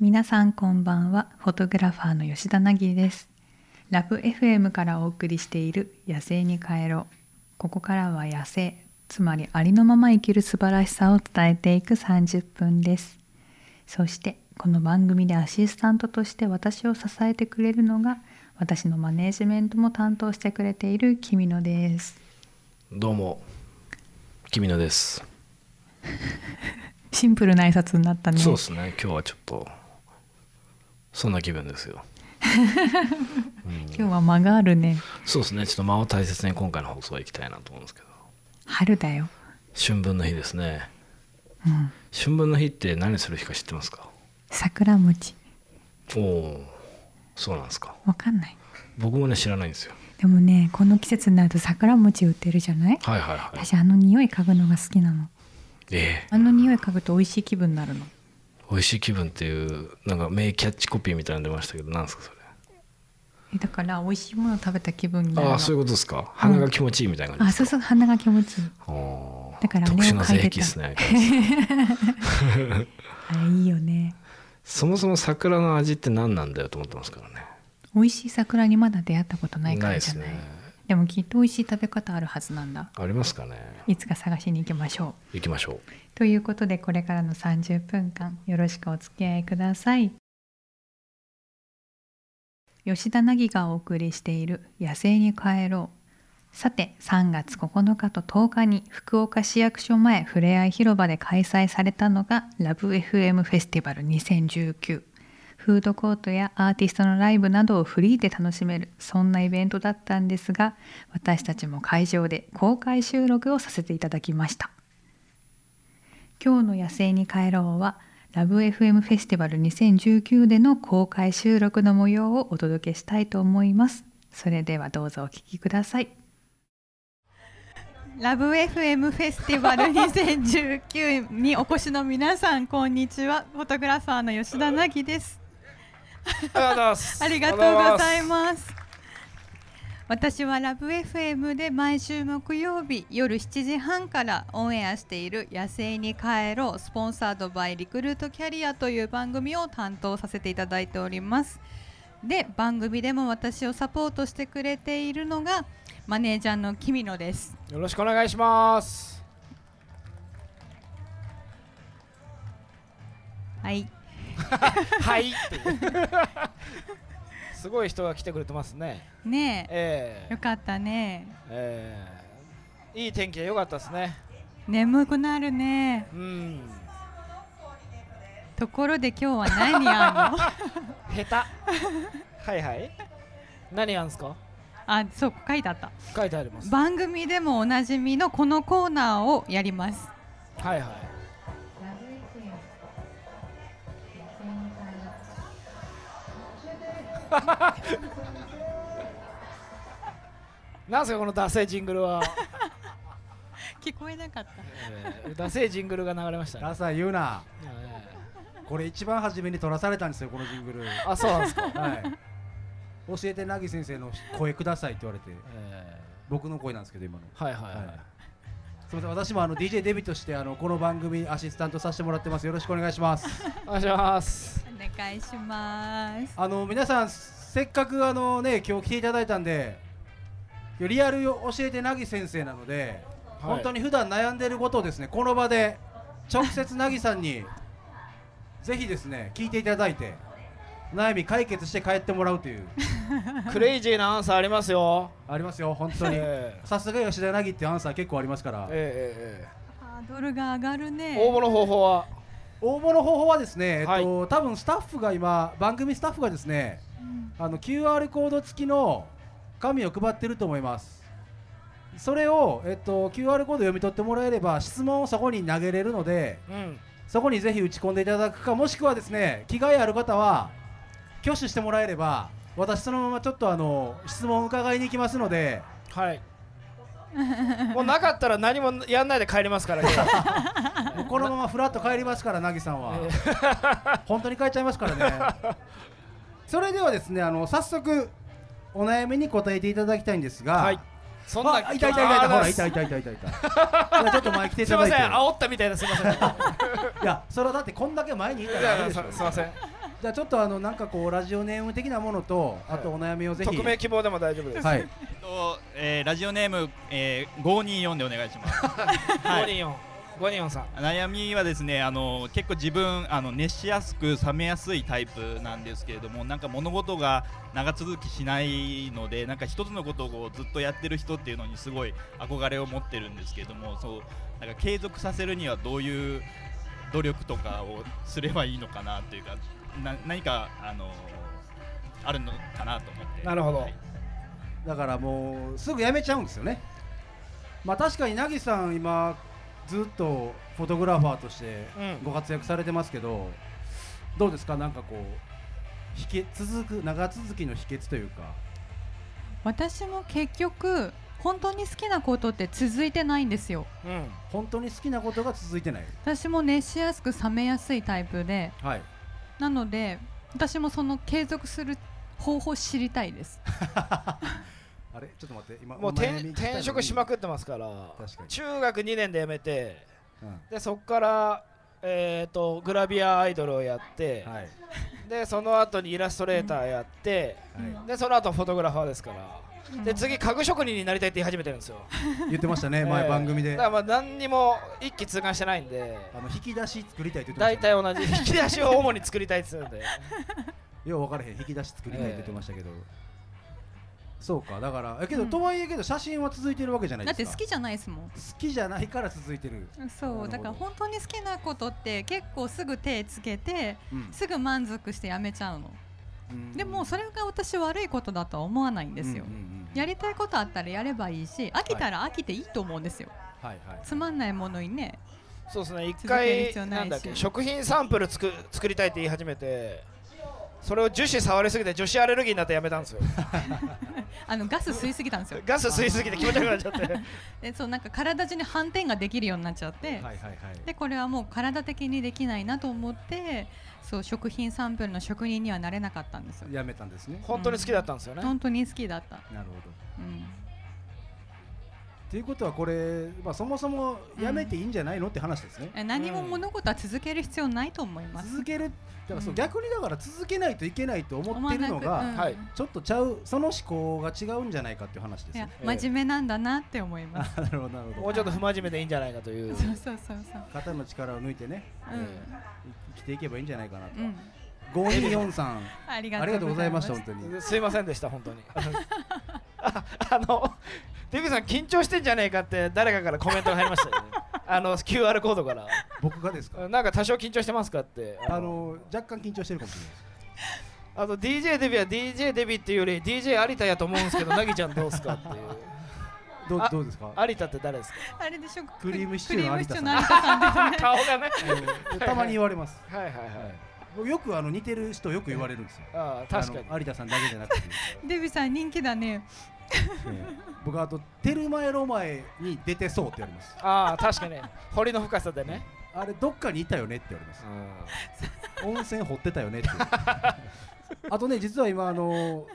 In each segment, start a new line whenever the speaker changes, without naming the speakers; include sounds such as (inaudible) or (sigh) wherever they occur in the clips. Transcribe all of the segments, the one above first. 皆さんこんばんはフォトグラファーの吉田凪ですラブ FM からお送りしている野生に帰ろうここからは野生つまりありのまま生きる素晴らしさを伝えていく30分ですそしてこの番組でアシスタントとして私を支えてくれるのが私のマネージメントも担当してくれている君野です
どうも君野です、
シンプルな挨拶になったね
そうですね今日はちょっとそんな気分ですよ
今日は間があるね
そうですねちょっと間を大切に今回の放送はいきたいなと思うんですけど
春だよ
春分の日ですね、春分の日って何する日か知ってますか
桜餅
おおそうなんですか
わかんない
僕もね知らないんですよ
でもねこの季節になると桜餅売ってるじゃない、
はいはいはい
私あの匂い嗅ぐのが好きなの
ええ
あの匂い嗅ぐと美味しい気分になるの
美味しい気分っていうなんか名キャッチコピーみたいなの出ましたけどなんですかそれ
えだから美味しいもの食べた気分になる
あ
の
あーそういうことですか鼻が気持ちいいみたいな感
あ
じ
そう
ですか、
そう鼻が気持ちいい
あー
だからあれを
特殊な
嗅いで
性
た
癖ですね相変わらず
あれいいよね
そもそも桜の味って何なんだよと思ってますからね
美味しい桜にまだ出会ったことないからじゃない
ないですね
でもきっと美味しい食べ方あるはずなんだ
ありますかね
いつか探しに行きましょう
行きましょ
ということでこれからの30分間よろしくお付き合いください吉田凪がお送りしている「野生に帰ろう」さて3月9日と10日に福岡市役所前ふれあい広場で開催されたのがラブ f m フェスティバル2019フードコートやアーティストのライブなどをフリーで楽しめるそんなイベントだったんですが私たちも会場で公開収録をさせていただきました今日の「野生に帰ろう」はラブ f m フェスティバル2019での公開収録の模様をお届けしたいと思いますそれではどうぞお聞きくださいラブ f m フェスティバル2019にお越しの皆さんこんにちはフォトグラファーの吉田凪です
うありがとうございます
ありがとうございます。私はラブ FM で毎週木曜日夜7時半からオンエアしている「野生に帰ろう」スポンサードバイリクルートキャリアという番組を担当させていただいております。で番組でも私をサポートしてくれているのがマネージャーのキミノです。
よろしくお願いします。
はい、
はい。すごい人が来てくれてますね。
ね
え
えよかったね
ーえーいい天気で良かったですね。
眠くなるね
うん。
ところで今日は何やんの
下
(laughs)
手。はいはい。何やんすか。
あそう書いてあった。
書いてあります。
番組でもおなじみのこのコーナーをやります
はいはい。なんすかこのダセージングルは、
聞こえなかった
えーダセージングルが流れましたね
ダサい言うな
え
これ一番初めに撮らされたんですよこのジングル
ーあそうなんですか、
はい教えてなぎ先生の声くださいって言われて
え
僕の声なんですけど今の
ーはいはいはい、
はいすみません私もあの DJ デビとしてあのこの番組アシスタントさせてもらってますよろしくお願いします
お願いします
お願いします
あの皆さんせっかくあのね今日来ていただいたんでリアル教えてなぎ先生なので、
い
本当に普段悩んでることをですねこの場で直接なぎさんにぜひですね聞いていただいて悩み解決して帰ってもらうという
クレイジーなアンサーありますよ
ありますよ本
(laughs)
当に
え
さすが吉田なぎってアンサー結構ありますか
ー
ら
え
ハードルが上がる
ーえー
ね
応募の方法は
応募の方法はですね、
はい
えっと、多分スタッフが今番組スタッフがですね
うん
あの QR コード付きの紙を配ってると思いますそれを、えっと、QR コードを読み取ってもらえれば質問をそこに投げれるので
うん
そこにぜひ打ち込んでいただくかもしくはですね着替えある方は挙手してもらえれば私そのままちょっとあの質問を伺いに行きますので
はい (laughs) もうなかったら何もやんないで帰りますから今日
もうこのままふらっと帰りますからなぎさんは
え
本当に帰っちゃいますからねそれではですねあの早速お悩みに答えていただきたいんですが、
はいそんな
あいたいたいたいたほらいた
い
いたいたいたいたいやちょっと前来てい
すい
ただ
ま
い
せ
て
ん煽ったみたいなすいませんい
いやそれはだってこんだけ前にいたらダメ
や
でし
す
ょ
すいません
じゃあちょっとあのなんかこうラジオネーム的なものとあとお悩みを (laughs) ぜひ、
匿名希望でも大丈夫です。
はい
えっと、えーラジオネーム、えー、524でお願いしま
(laughs)
すは
五
い
人四、五人四さん。
悩みはですねあの結構自分あの熱しやすく冷めやすいタイプなんですけれどもなんか物事が長続きしないのでなんか一つのことをずっとやってる人っていうのにすごい憧れを持ってるんですけれどもそうなんか継続させるにはどういう努力とかをすればいいのかなというかな何かあのあるのかなと思って
なるほど
はい
だからもうすぐ辞めちゃうんですよねまあ確かになぎさん今ずっとフォトグラファーとして
うん
ご活躍されてますけど、どうですかなんかこう秘訣続く長続きの秘訣というか
私も結局本当に好きなことって続いてないんですよ
うん。
本当に好きなことが続いてない
私も熱しやすく冷めやすいタイプで
はい
なので私もその継続する方法知りたいです
あれちょっと待って今
もう
お悩
転
み聞きたいのに
転職しまくってますから
確かに
中学2年で辞めて
うん
でそこから、えー、とグラビアアイドルをやって、
はいはい
でその後にイラストレーターやって、でその後フォトグラファーですから、で次家具職人になりたいって言い始めてるんですよ、
言ってましたね
え
前
ー
番組で
だからまあ何にも一気通貫してないんで
あの引き出し作りたいって言ってま
大
した
体同じ引き出しを主に作りたいって言うんで
よう分からへん引き出し作りたいって言ってましたけど、そうかだからえけど、
うん
とはいえけど写真は続いてるわけじゃない
だ
で
っ
す
て
か
好きじゃないですもん
好きじゃないから続いてる、
そ
なるほど
うだから本当に好きなことって結構すぐ手つけて
うん
すぐ満足してやめちゃうの
うん
でもそれが私悪いことだとは思わないんですよ
うんうんうん
やりたいことあったらやればいいし飽きたら飽きていいと思うんですよ
はいはい
つまんないものにね
そうですね一
続ける必
回
要ないし
なんだっけ食品サンプル作作りたいって言い始めてそれを樹脂触りすぎて樹脂アレルギーになってやめたんですよ
あのガス吸いすぎたんですよ
(laughs) ガス吸いすぎて気持ち悪くなっちゃって
でそうなんか体中に反転ができるようになっちゃって、
はいはいはい
でこれはもう体的にできないなと思ってそう食品サンプルの職人にはなれなかったんですよ
やめたんですね
本当に好きだったんですよね、
本当に好きだった、
なるほど
うん、
っていうことはこれ、まあ、そもそもやめていいんじゃないのって話ですね、
え何も物事は続ける必要ないと思います、
続けるだからそう、
うん
逆にだから続けないといけないと思
思わ
ってる
なく
のが、
うん
はい
ちょっとちゃうその思考が違うんじゃないかっていう話で
い
す
や
ね
ええ
真面目なんだなって思い
(laughs) あ (laughs)
ます、
なるほどなる
も
ほ
う
ど
ちょっと不真面目でいいんじゃないかという
(laughs) そうそうそうそう
肩の力を抜いてね生きていけばいいんじゃないかなと
うん、うん、
524さん
あり
ありがとうございました
す
本当に
すいませんでした本当に (laughs) ああのデビさん緊張してんじゃねえかって誰かからコメントが入りました (laughs) よねあの QR コードから
(laughs) 僕がですか
なんか多少緊張してますかって
あの若干緊張してるかもしれないです
あと DJ デビは DJ デビっていうより DJ 有田やと思うんですけどなぎちゃんどうすか (laughs) っていう
どう
あ
どうですか
有田って誰です (laughs) か
あれでしょ
クリームシチューの有田さん
クリームシチューの有田さんですね
顔がね
あのたまに言われます
はいはいはい、
はい僕よくあの似てる人よく言われるんですよ
ああ確かに
あの有田さんだけじゃなくて (laughs)
デビさん人気だね
ええ僕あと「テルマエロマエ」に出てそうって言われます
ああ確かに堀の深さでね、
あれどっかにいたよねって言われます温泉掘ってたよねって (laughs) あとね実は今あの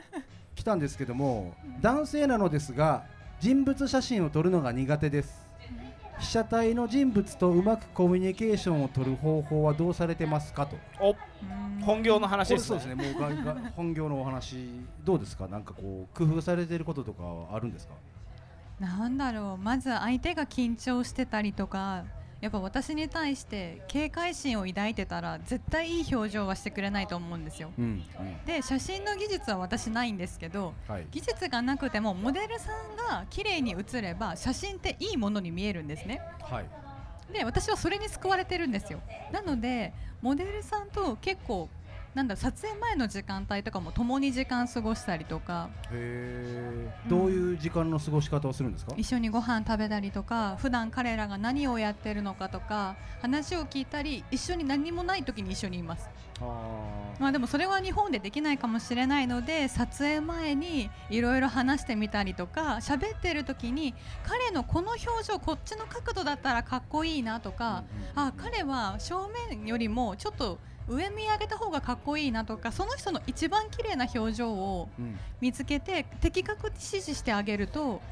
来たんですけども男性なのですが人物写真を撮るのが苦手です被写体の人物とうまくコミュニケーションを取る方法はどうされてますかと
お
うん
本業の話で
これ
す
そう
ね
ですねもうがが本業のお話どうですかなんかこう工夫されてることとかはあるんですか
なんだろうまず相手が緊張してたりとかやっぱ私に対して警戒心を抱いてたら絶対いい表情はしてくれないと思うんですよ
うん、うん、
で写真の技術は私ないんですけど
はい
技術がなくてもモデルさんが綺麗に写れば写真っていいものに見えるんですね
はい
で私はそれに救われてるんですよなのでモデルさんと結構なんだろう撮影前の時間帯とかも共に時間過ごしたりとか
へえ、
うん
どういう時間の過ごし方をするんですか
一緒にご飯食べたりとか普段彼らが何をやってるのかとか話を聞いたり一緒に何もない時に一緒にいます
あ
まあでもそれは日本でできないかもしれないので撮影前にいろいろ話してみたりとか喋ってる時に彼のこの表情こっちの角度だったらかっこいいなとか、あ彼は正面よりもちょっと上見上げた方がかっこいいなとかその人の一番綺麗な表情を
うん
見つけて的確に指示してあげると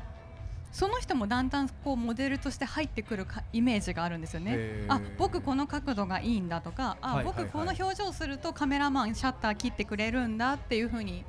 その人もだんだんこうモデルとして入ってくるかイメージがあるんですよ
へ
ね。
ー
あ僕この角度がいいんだとかあ、
はいはいはい
僕この表情するとカメラマンシャッター切ってくれるんだっていうふうに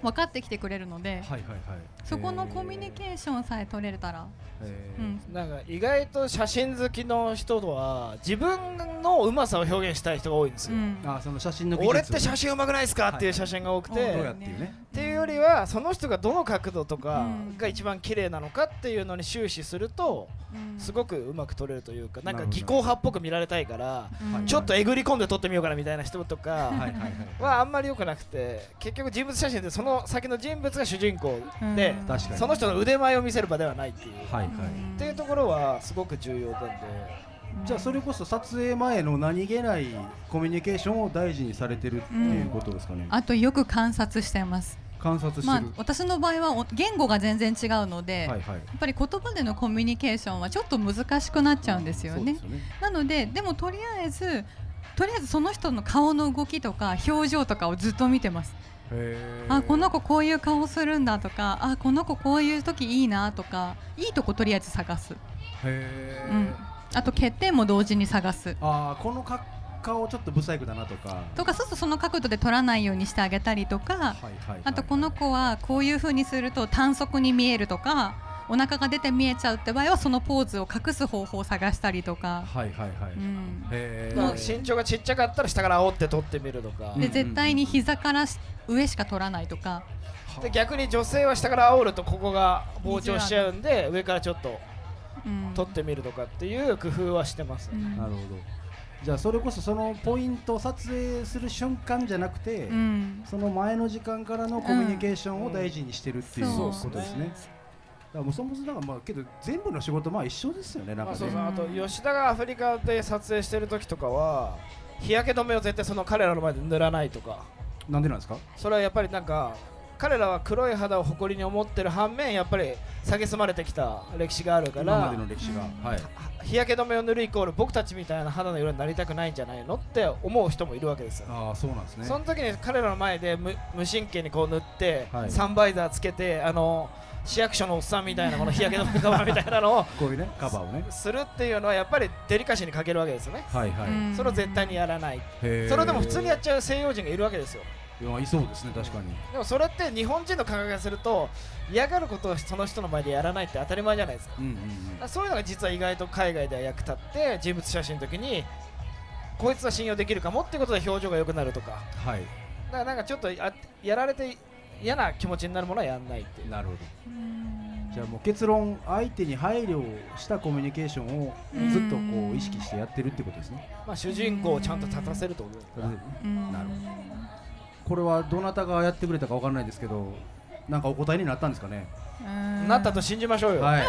分かってきてくれるので、
はいはいはい
そこのコミュニケーションさえ取れたら、
え
う
ー
ん、
なんか意外と写真好きの人とは自分のうまさを表現したい人が多いんです
う
よ、
ん、
あその写真の技術
俺って写真うまくないですか
い
っていう写真が多くて、
はい
どう
は
や
い
っていうね
っていうよりはその人がどの角度とか
うん
が一番綺麗なのかっていうのに終始すると
うん
すごくうまく撮れるというかなんか
なるほど
技巧派っぽく見られたいから
うん
ちょっとえぐり込んで撮ってみようかなみたいな人と
は
か
いはいはい
はあんまり良くなくて結局人物写真でその先の人物が主人公で
うん
確かに
その人の腕前を見せる場ではないっていう
はいはい
うん
っていうところはすごく重要なんで
じゃあそれこそ撮影前の何気ないコミュニケーションを大事にされてるっていうことですかね、
あとよく観察してます。
観察して
まあ
る、
私の場合はお言語が全然違うので、
はい
や
はい
っぱり言葉でのコミュニケーションはちょっと難しくなっちゃうんですよね。
そうですよね
なのででもとりあえずとりあえずその人の顔の動きとか表情とかをずっと見てます。
へー
あこの子こういう顔するんだとかあこの子こういう時いいなとかいいとことりあえず探す。
へー
うん。あと欠点も同時に探す。
あーこのか顔ちょっと不細工だなとか
とかそうするとその角度で撮らないようにしてあげたりとか。
はいはいはい
あとこの子はこういう風にすると短足に見えるとかお腹が出て見えちゃうって場合はそのポーズを隠す方法を探したりとか、
はいはいはい、
うん、
へ
だ
ー
から身長がちっちゃかったら下から煽って撮ってみるとか
うん
で絶対に膝からし上しか取らないとか
で逆に女性は下から煽るとここが膨張しちゃうんで上からちょっと
うん
撮ってみるとかっていう工夫はしてます、
うん
なるほどじゃあそれこそそのポイントを撮影する瞬間じゃなくて、
うん
その前の時間からのコミュニケーションを大事にしてるってい
う
う
ん
こ
そう
とですね。だからもうそもそもだからまあけど全部の仕事まあ一緒ですよねなん
ま
か
あ、
ね。
そうそうあと吉田がアフリカで撮影してる時とかは日焼け止めを絶対その彼らの前で塗らないとか
なんでなんですか？
それはやっぱりなんか彼らは黒い肌を誇りに思ってる反面やっぱり蔑まれてきた歴史があるか
今ま
ら
での歴史が、
うん
はい。
日焼け止めを塗るイコール僕たちみたいな肌の色になりたくないんじゃないのって思う人もいるわけですよ
ああそうなんですね。
その時に彼らの前で無無神経にこう塗って、
はい
サンバイザーつけてあの市役所のおっさんみたいなこの日焼け止めカバーみたいなのを
こういうねカバーをね。
するっていうのはやっぱりデリカシーに欠けるわけですよね、
はいはい。
うん
それを絶対にやらない、
へー
それでも普通にやっちゃう西洋人がいるわけですよ
いやいそうですね確かに。
でもそれって日本人の感覚がすると嫌がることをその人の前でやらないって当たり前じゃないですか
うんうんうん。
だからそういうのが実は意外と海外では役立って人物写真の時にこいつは信用できるかもっていうことで表情が良くなるとか
はい。
だからなんかちょっとあやられて嫌な気持ちになるものはやんないっていう
なるほど。じゃあもう結論相手に配慮したコミュニケーションをずっとこう意識してやってるってことですね。
まあ、主人公をちゃんと立たせると思う
うん
なるこれはどなたがやってくれたかわかんないですけど、なんかお答えになったんですかね。
うん
なったと信じましょうよ、
はい、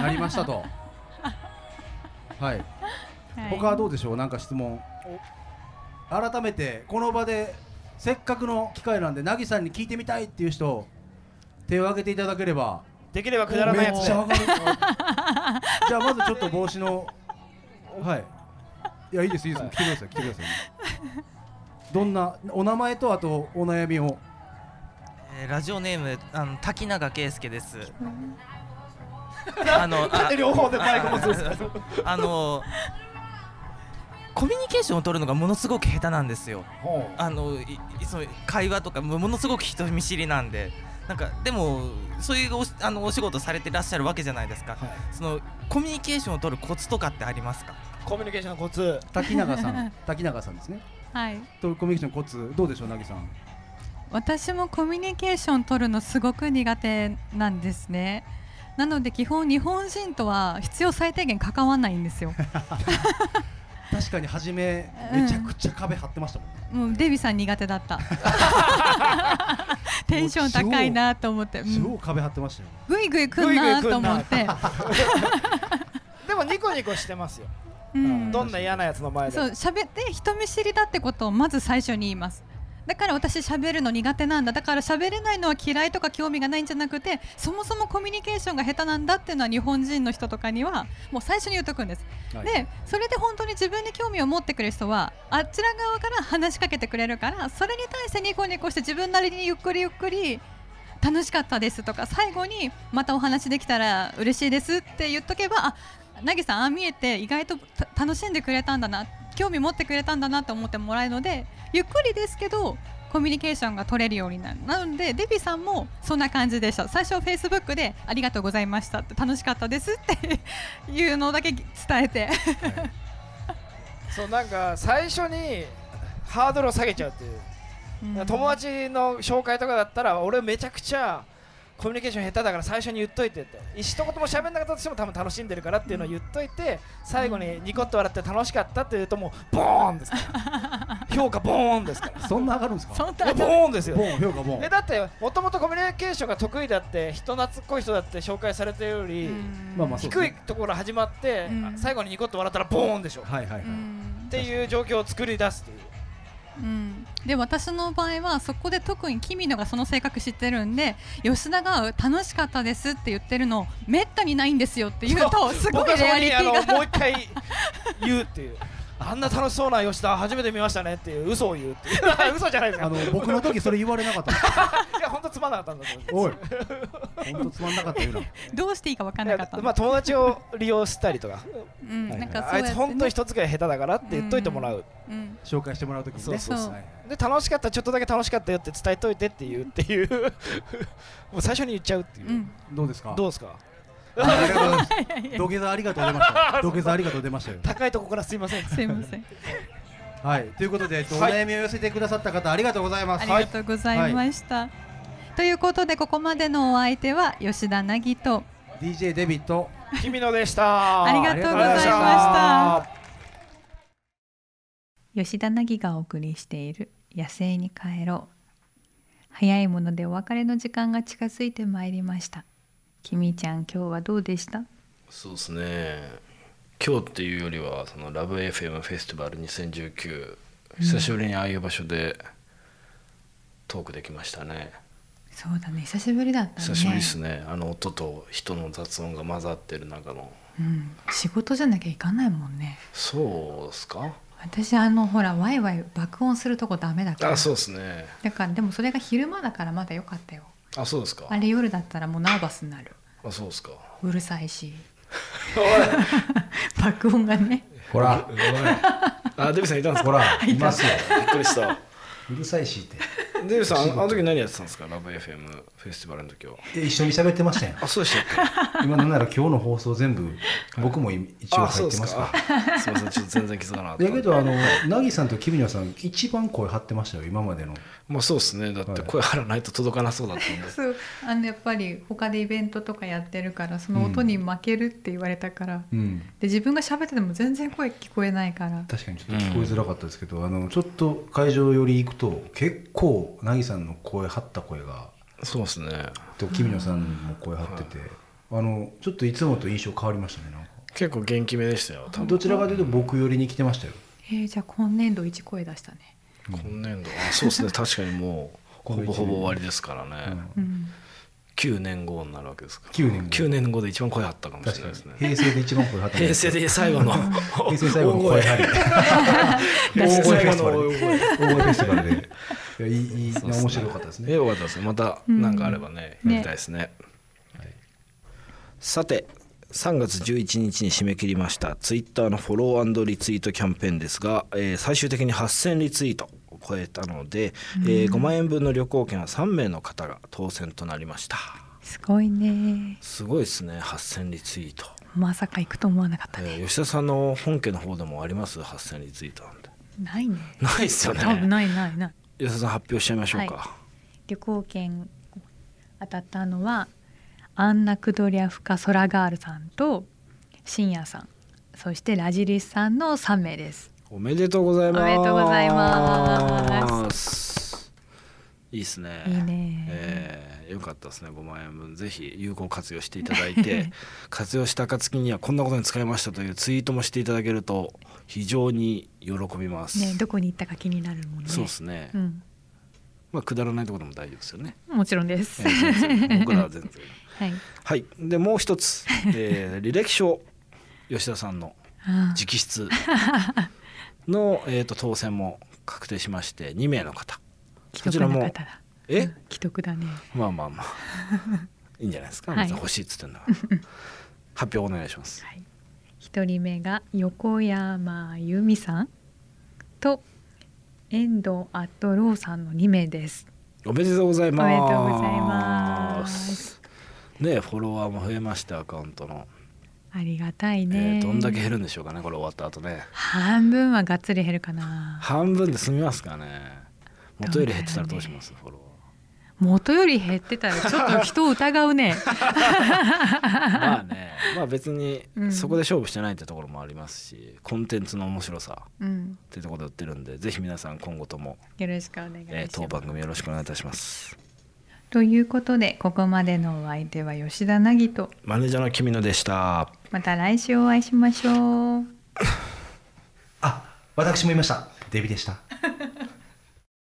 なりましたと。はい、
はい
他はどうでしょう、なんか質問。改めて、この場で、せっかくの機会なんで、なぎさんに聞いてみたいっていう人。手を挙げていただければ。
できればくだらないや
めっ
つ
ち
で
ゃ上がる。じゃあ、まずちょっと帽子の。はい。いや、いいです、いいです、来てください、来てください。どんな、お名前と、あと、お悩みを。
えーラジオネームあの滝永圭介です。あのあ
(laughs) 両方でマイク持つんですか
あのコミュニケーションを取るのがものすごく下手なんですよ。あのいいつも会話とかもものすごく人見知りなんで。なんかでもそういうおあのお仕事されてらっしゃるわけじゃないですか、そのコミュニケーションを取るコツとかってありますか
コミュニケーションのコツ
滝永さん、滝永さんですね。
はい
と、コミュニケーションコツ、どうでしょう、なぎさん。
私もコミュニケーション取るのすごく苦手なんですねなので基本日本人とは必要最低限関わらないんです
(laughs)
よ
確かに初め
うん
めちゃくちゃ壁張ってましたもんね、
もうデビさん苦手だった
(laughs)
テンション高いなと思って、うん
超壁張ってましたよ
ぐいぐい来んな
ぐいぐい来
と
んな
思って、
でもニコニコしてますよ
うん、
どんな嫌なやつの前で
そう喋って人見知りだってことをまず最初に言いますだから私喋るの苦手なんだだから喋れないのは嫌いとか興味がないんじゃなくてそもそもコミュニケーションが下手なんだっていうのは日本人の人とかにはもう最初に言っとくんです、
はい
でそれで本当に自分に興味を持ってくれる人はあちら側から話しかけてくれるからそれに対してニコニコして自分なりにゆっくりゆっくり楽しかったですとか最後にまたお話できたら嬉しいですって言っとけばあなぎさんああ見えて意外とた楽しんでくれたんだな興味持ってくれたんだなと思ってもらえるのでゆっくりですけどコミュニケーションが取れるようになるなのでデビさんもそんな感じでした最初フェイスブックで「ありがとうございました」って楽しかったですっていうのだけ伝えて
そうなんか最初にハードルを下げちゃうっていう、友達の紹介とかだったら俺めちゃくちゃコミュニケーション下手だから最初に言っといてって一言も喋んなかったとしても多分楽しんでるからっていうのを言っといて最後にニコッと笑って楽しかったって言うともうボーンですから評価ボーンです
(laughs)
から
そんな上がるんですか。
いやボーンです
(laughs)
よ
ボン評価ボン
え。だってもともとコミュニケーションが得意だって人懐っこい人だって紹介されてるより、
まあまあそうで
低
すね
いところ始まって、
うん
最後にニコッと笑ったらボーンでしょ、
はいはいはい。
っていう状況を作り出すという
うん、で私の場合はそこで特に君のがその性格知ってるんで吉田が楽しかったですって言ってるのめったにないんですよって言うとすご
僕
い
はそ
レ
こ
アリ
に
テ
あ
ィ
の
が
もう一回言うっていうあんな楽しそうな吉田初めて見ましたねっていう嘘を言うっていう
(laughs)
(laughs) 嘘じゃ (laughs) ないです
あ
よ
の僕の時それ言われなかったんですよ。
いや本当つまんなかったんだと思います
おい。本当つまんなかったような。
(laughs) どうしていいか分か
い
んなか
や
ったの
まあ友達を利用したりとか
うん
はい
なんか
あ
そう
い
や
つ
って
本当に
ね
人付き合い下手だからって言っといてもらう
うん
紹介してもらう時にね。
そう
そうそう
はい
で楽しかったちょっとだけ楽しかったよって伝えといてっていうっていう
(laughs)
もう最初に言っちゃうっていう、
うん
どうですか。
どうですか
あありがとうございます。土下座ありがとう出ました。土下座ありがとう出ましたよ。
高いとこからすいません
すいません
はい。ということで、えっとお
はい
悩みを寄せてくださった方ありがとうございま
あ
す。
りがとうございました、ということでここまでのお相手は吉田凪と
DJ デビット。
君のでした
ありがとうございまし
ありがとうござい
た
ま。
吉田凪がお送りしている「野生に帰ろう」早いものでお別れの時間が近づいてまいりましたきみちゃん今日はどうでした
そうですね今日っていうよりはそのラブ f m フェスティバル2019久しぶりにああいう場所でトークできましたね
そうだね久しぶりだったね
久しぶりですねあの音と人の雑音が混ざってる中の
うん、仕事じゃなきゃいかないもんね
そうっすか
私あのほらワイワイ爆音するとこダメだから
あそうですね
だからでもそれが昼間だからまだ良かったよ
あそうですか
あれ夜だったらもうナーバスになる
あそうですか
うるさいし爆音がね
ほら、
あデビさんいたんです
ほ、
から (laughs)
いますよ。
びっくりした
うるさいしって。
デビさんあのあの時何やってたんですかラブ f m フェスティバルの時は
で、一緒に喋ってましたよ。
あそうでしたっけ
今なんなら今日の放送全部、僕も一応
あ
入
そう
っ
で
て
す
ますか
かあすいませんちょっと全然気づかなかっ
ら。
た
だけど、あの、なぎさんときみのさん、一番声張ってましたよ、今までの。
まあそうですねだって声張らないと届かなそうだった
(laughs)
んで、
そうあのやっぱり他でイベントとかやってるからその音に負けるって言われたから、で
うん。
自分が喋ってても全然声聞こえないから
確かにちょっと聞こえづらかったですけど、あのちょっと会場寄り行くと結構なぎさんの声張った声が
そうですね
と君野さんも声張ってて、あのちょっといつもと印象変わりましたねなんか
結構元気めでしたよ多分
どちらかというと僕寄りに来てましたよ
えー、じゃあ今年度一声出したね、
今年度あそうですね確かにもう
(laughs)
ほぼほぼ終わりですからね、
うん、
9年後になるわけですから
9年後
9年後で一番声張ったかもし
確
れ
か
ない
に
です
平
ね
成で一番声張った
平成で最後の
(laughs) 平成最後の声張り大
大声
声
最
フェ
後
スティバ
の
ル
大
で
声
大声フェスティバルでいやいいいい
そうっすね
面白かったです
え
ね
よかったですねまた何かあればね、
うん
やりたいですねさて3月11日に締め切りましたツイッターのフォローリツイートキャンペーンですが、えー最終的に8000リツイートを超えたので、えー5万円分の旅行券は3名の方が当選となりました
すごいね
すごいですね8000リツイート、
まさか行くと思わなかった
え
ね、
ー吉田さんの本家の方でもあります8000リツイートなんて
ないね
ないっすよね
あないないない
吉田さん発表しちゃいましょうか、
は旅行券当たったのはアンナ・クドリャフカ・ソラガールさんと深夜さんそしてラジリスさんの3名です
おめでとうございます。。
おめでとうございます
いいですね。
いいね
えーよかったですね。5万円分ぜひ有効活用していただいて、
(laughs)
活用した暁にはこんなことに使いましたというツイートもしていただけると非常に喜びます。
ねどこに行ったか気になるもんね
そうですね。
うん、
まあくだらないところでも大丈夫ですよね。
もちろんで
え
す、
ー全然僕らは全然。
はい
はい。でもう一つ、えー履歴書吉田さんの。
あ
直筆の、えー、と当選も確定しまして2名の方
既
こち
得
ら
な
も
方だ
え
既得だね
まあまあまあいいんじゃないですか、
はい
別に欲しいっつってんだから発表お願いします
一人目が横山由美さんと遠藤アットローさんの2名です
おめでとうございます
おめでとうございます
ねフォロワーも増えましたアカウントの、
ありがたい
え
ね、
ーどんだけ減るんでしょうかねこれ終わった後
(laughs)
ね
半分はがっつり減るかな
半分で済みますかね元より減ってたらどうしますフォロ
元より減ってたらちょっと人を疑う
(laughs)
ね
ワーまあねまあ別に
うん
そこで勝負してないってところもありますし、コンテンツの面白さ
うん
ってところで売ってるんでぜひ皆さん今後とも、
よろしくお願いします、
えー当番組よろしくお願いいたします
ということでここまでのお相手は吉田凪と
マネージャーの君野でした
また来週お会いしましょう
私もいましたデビでした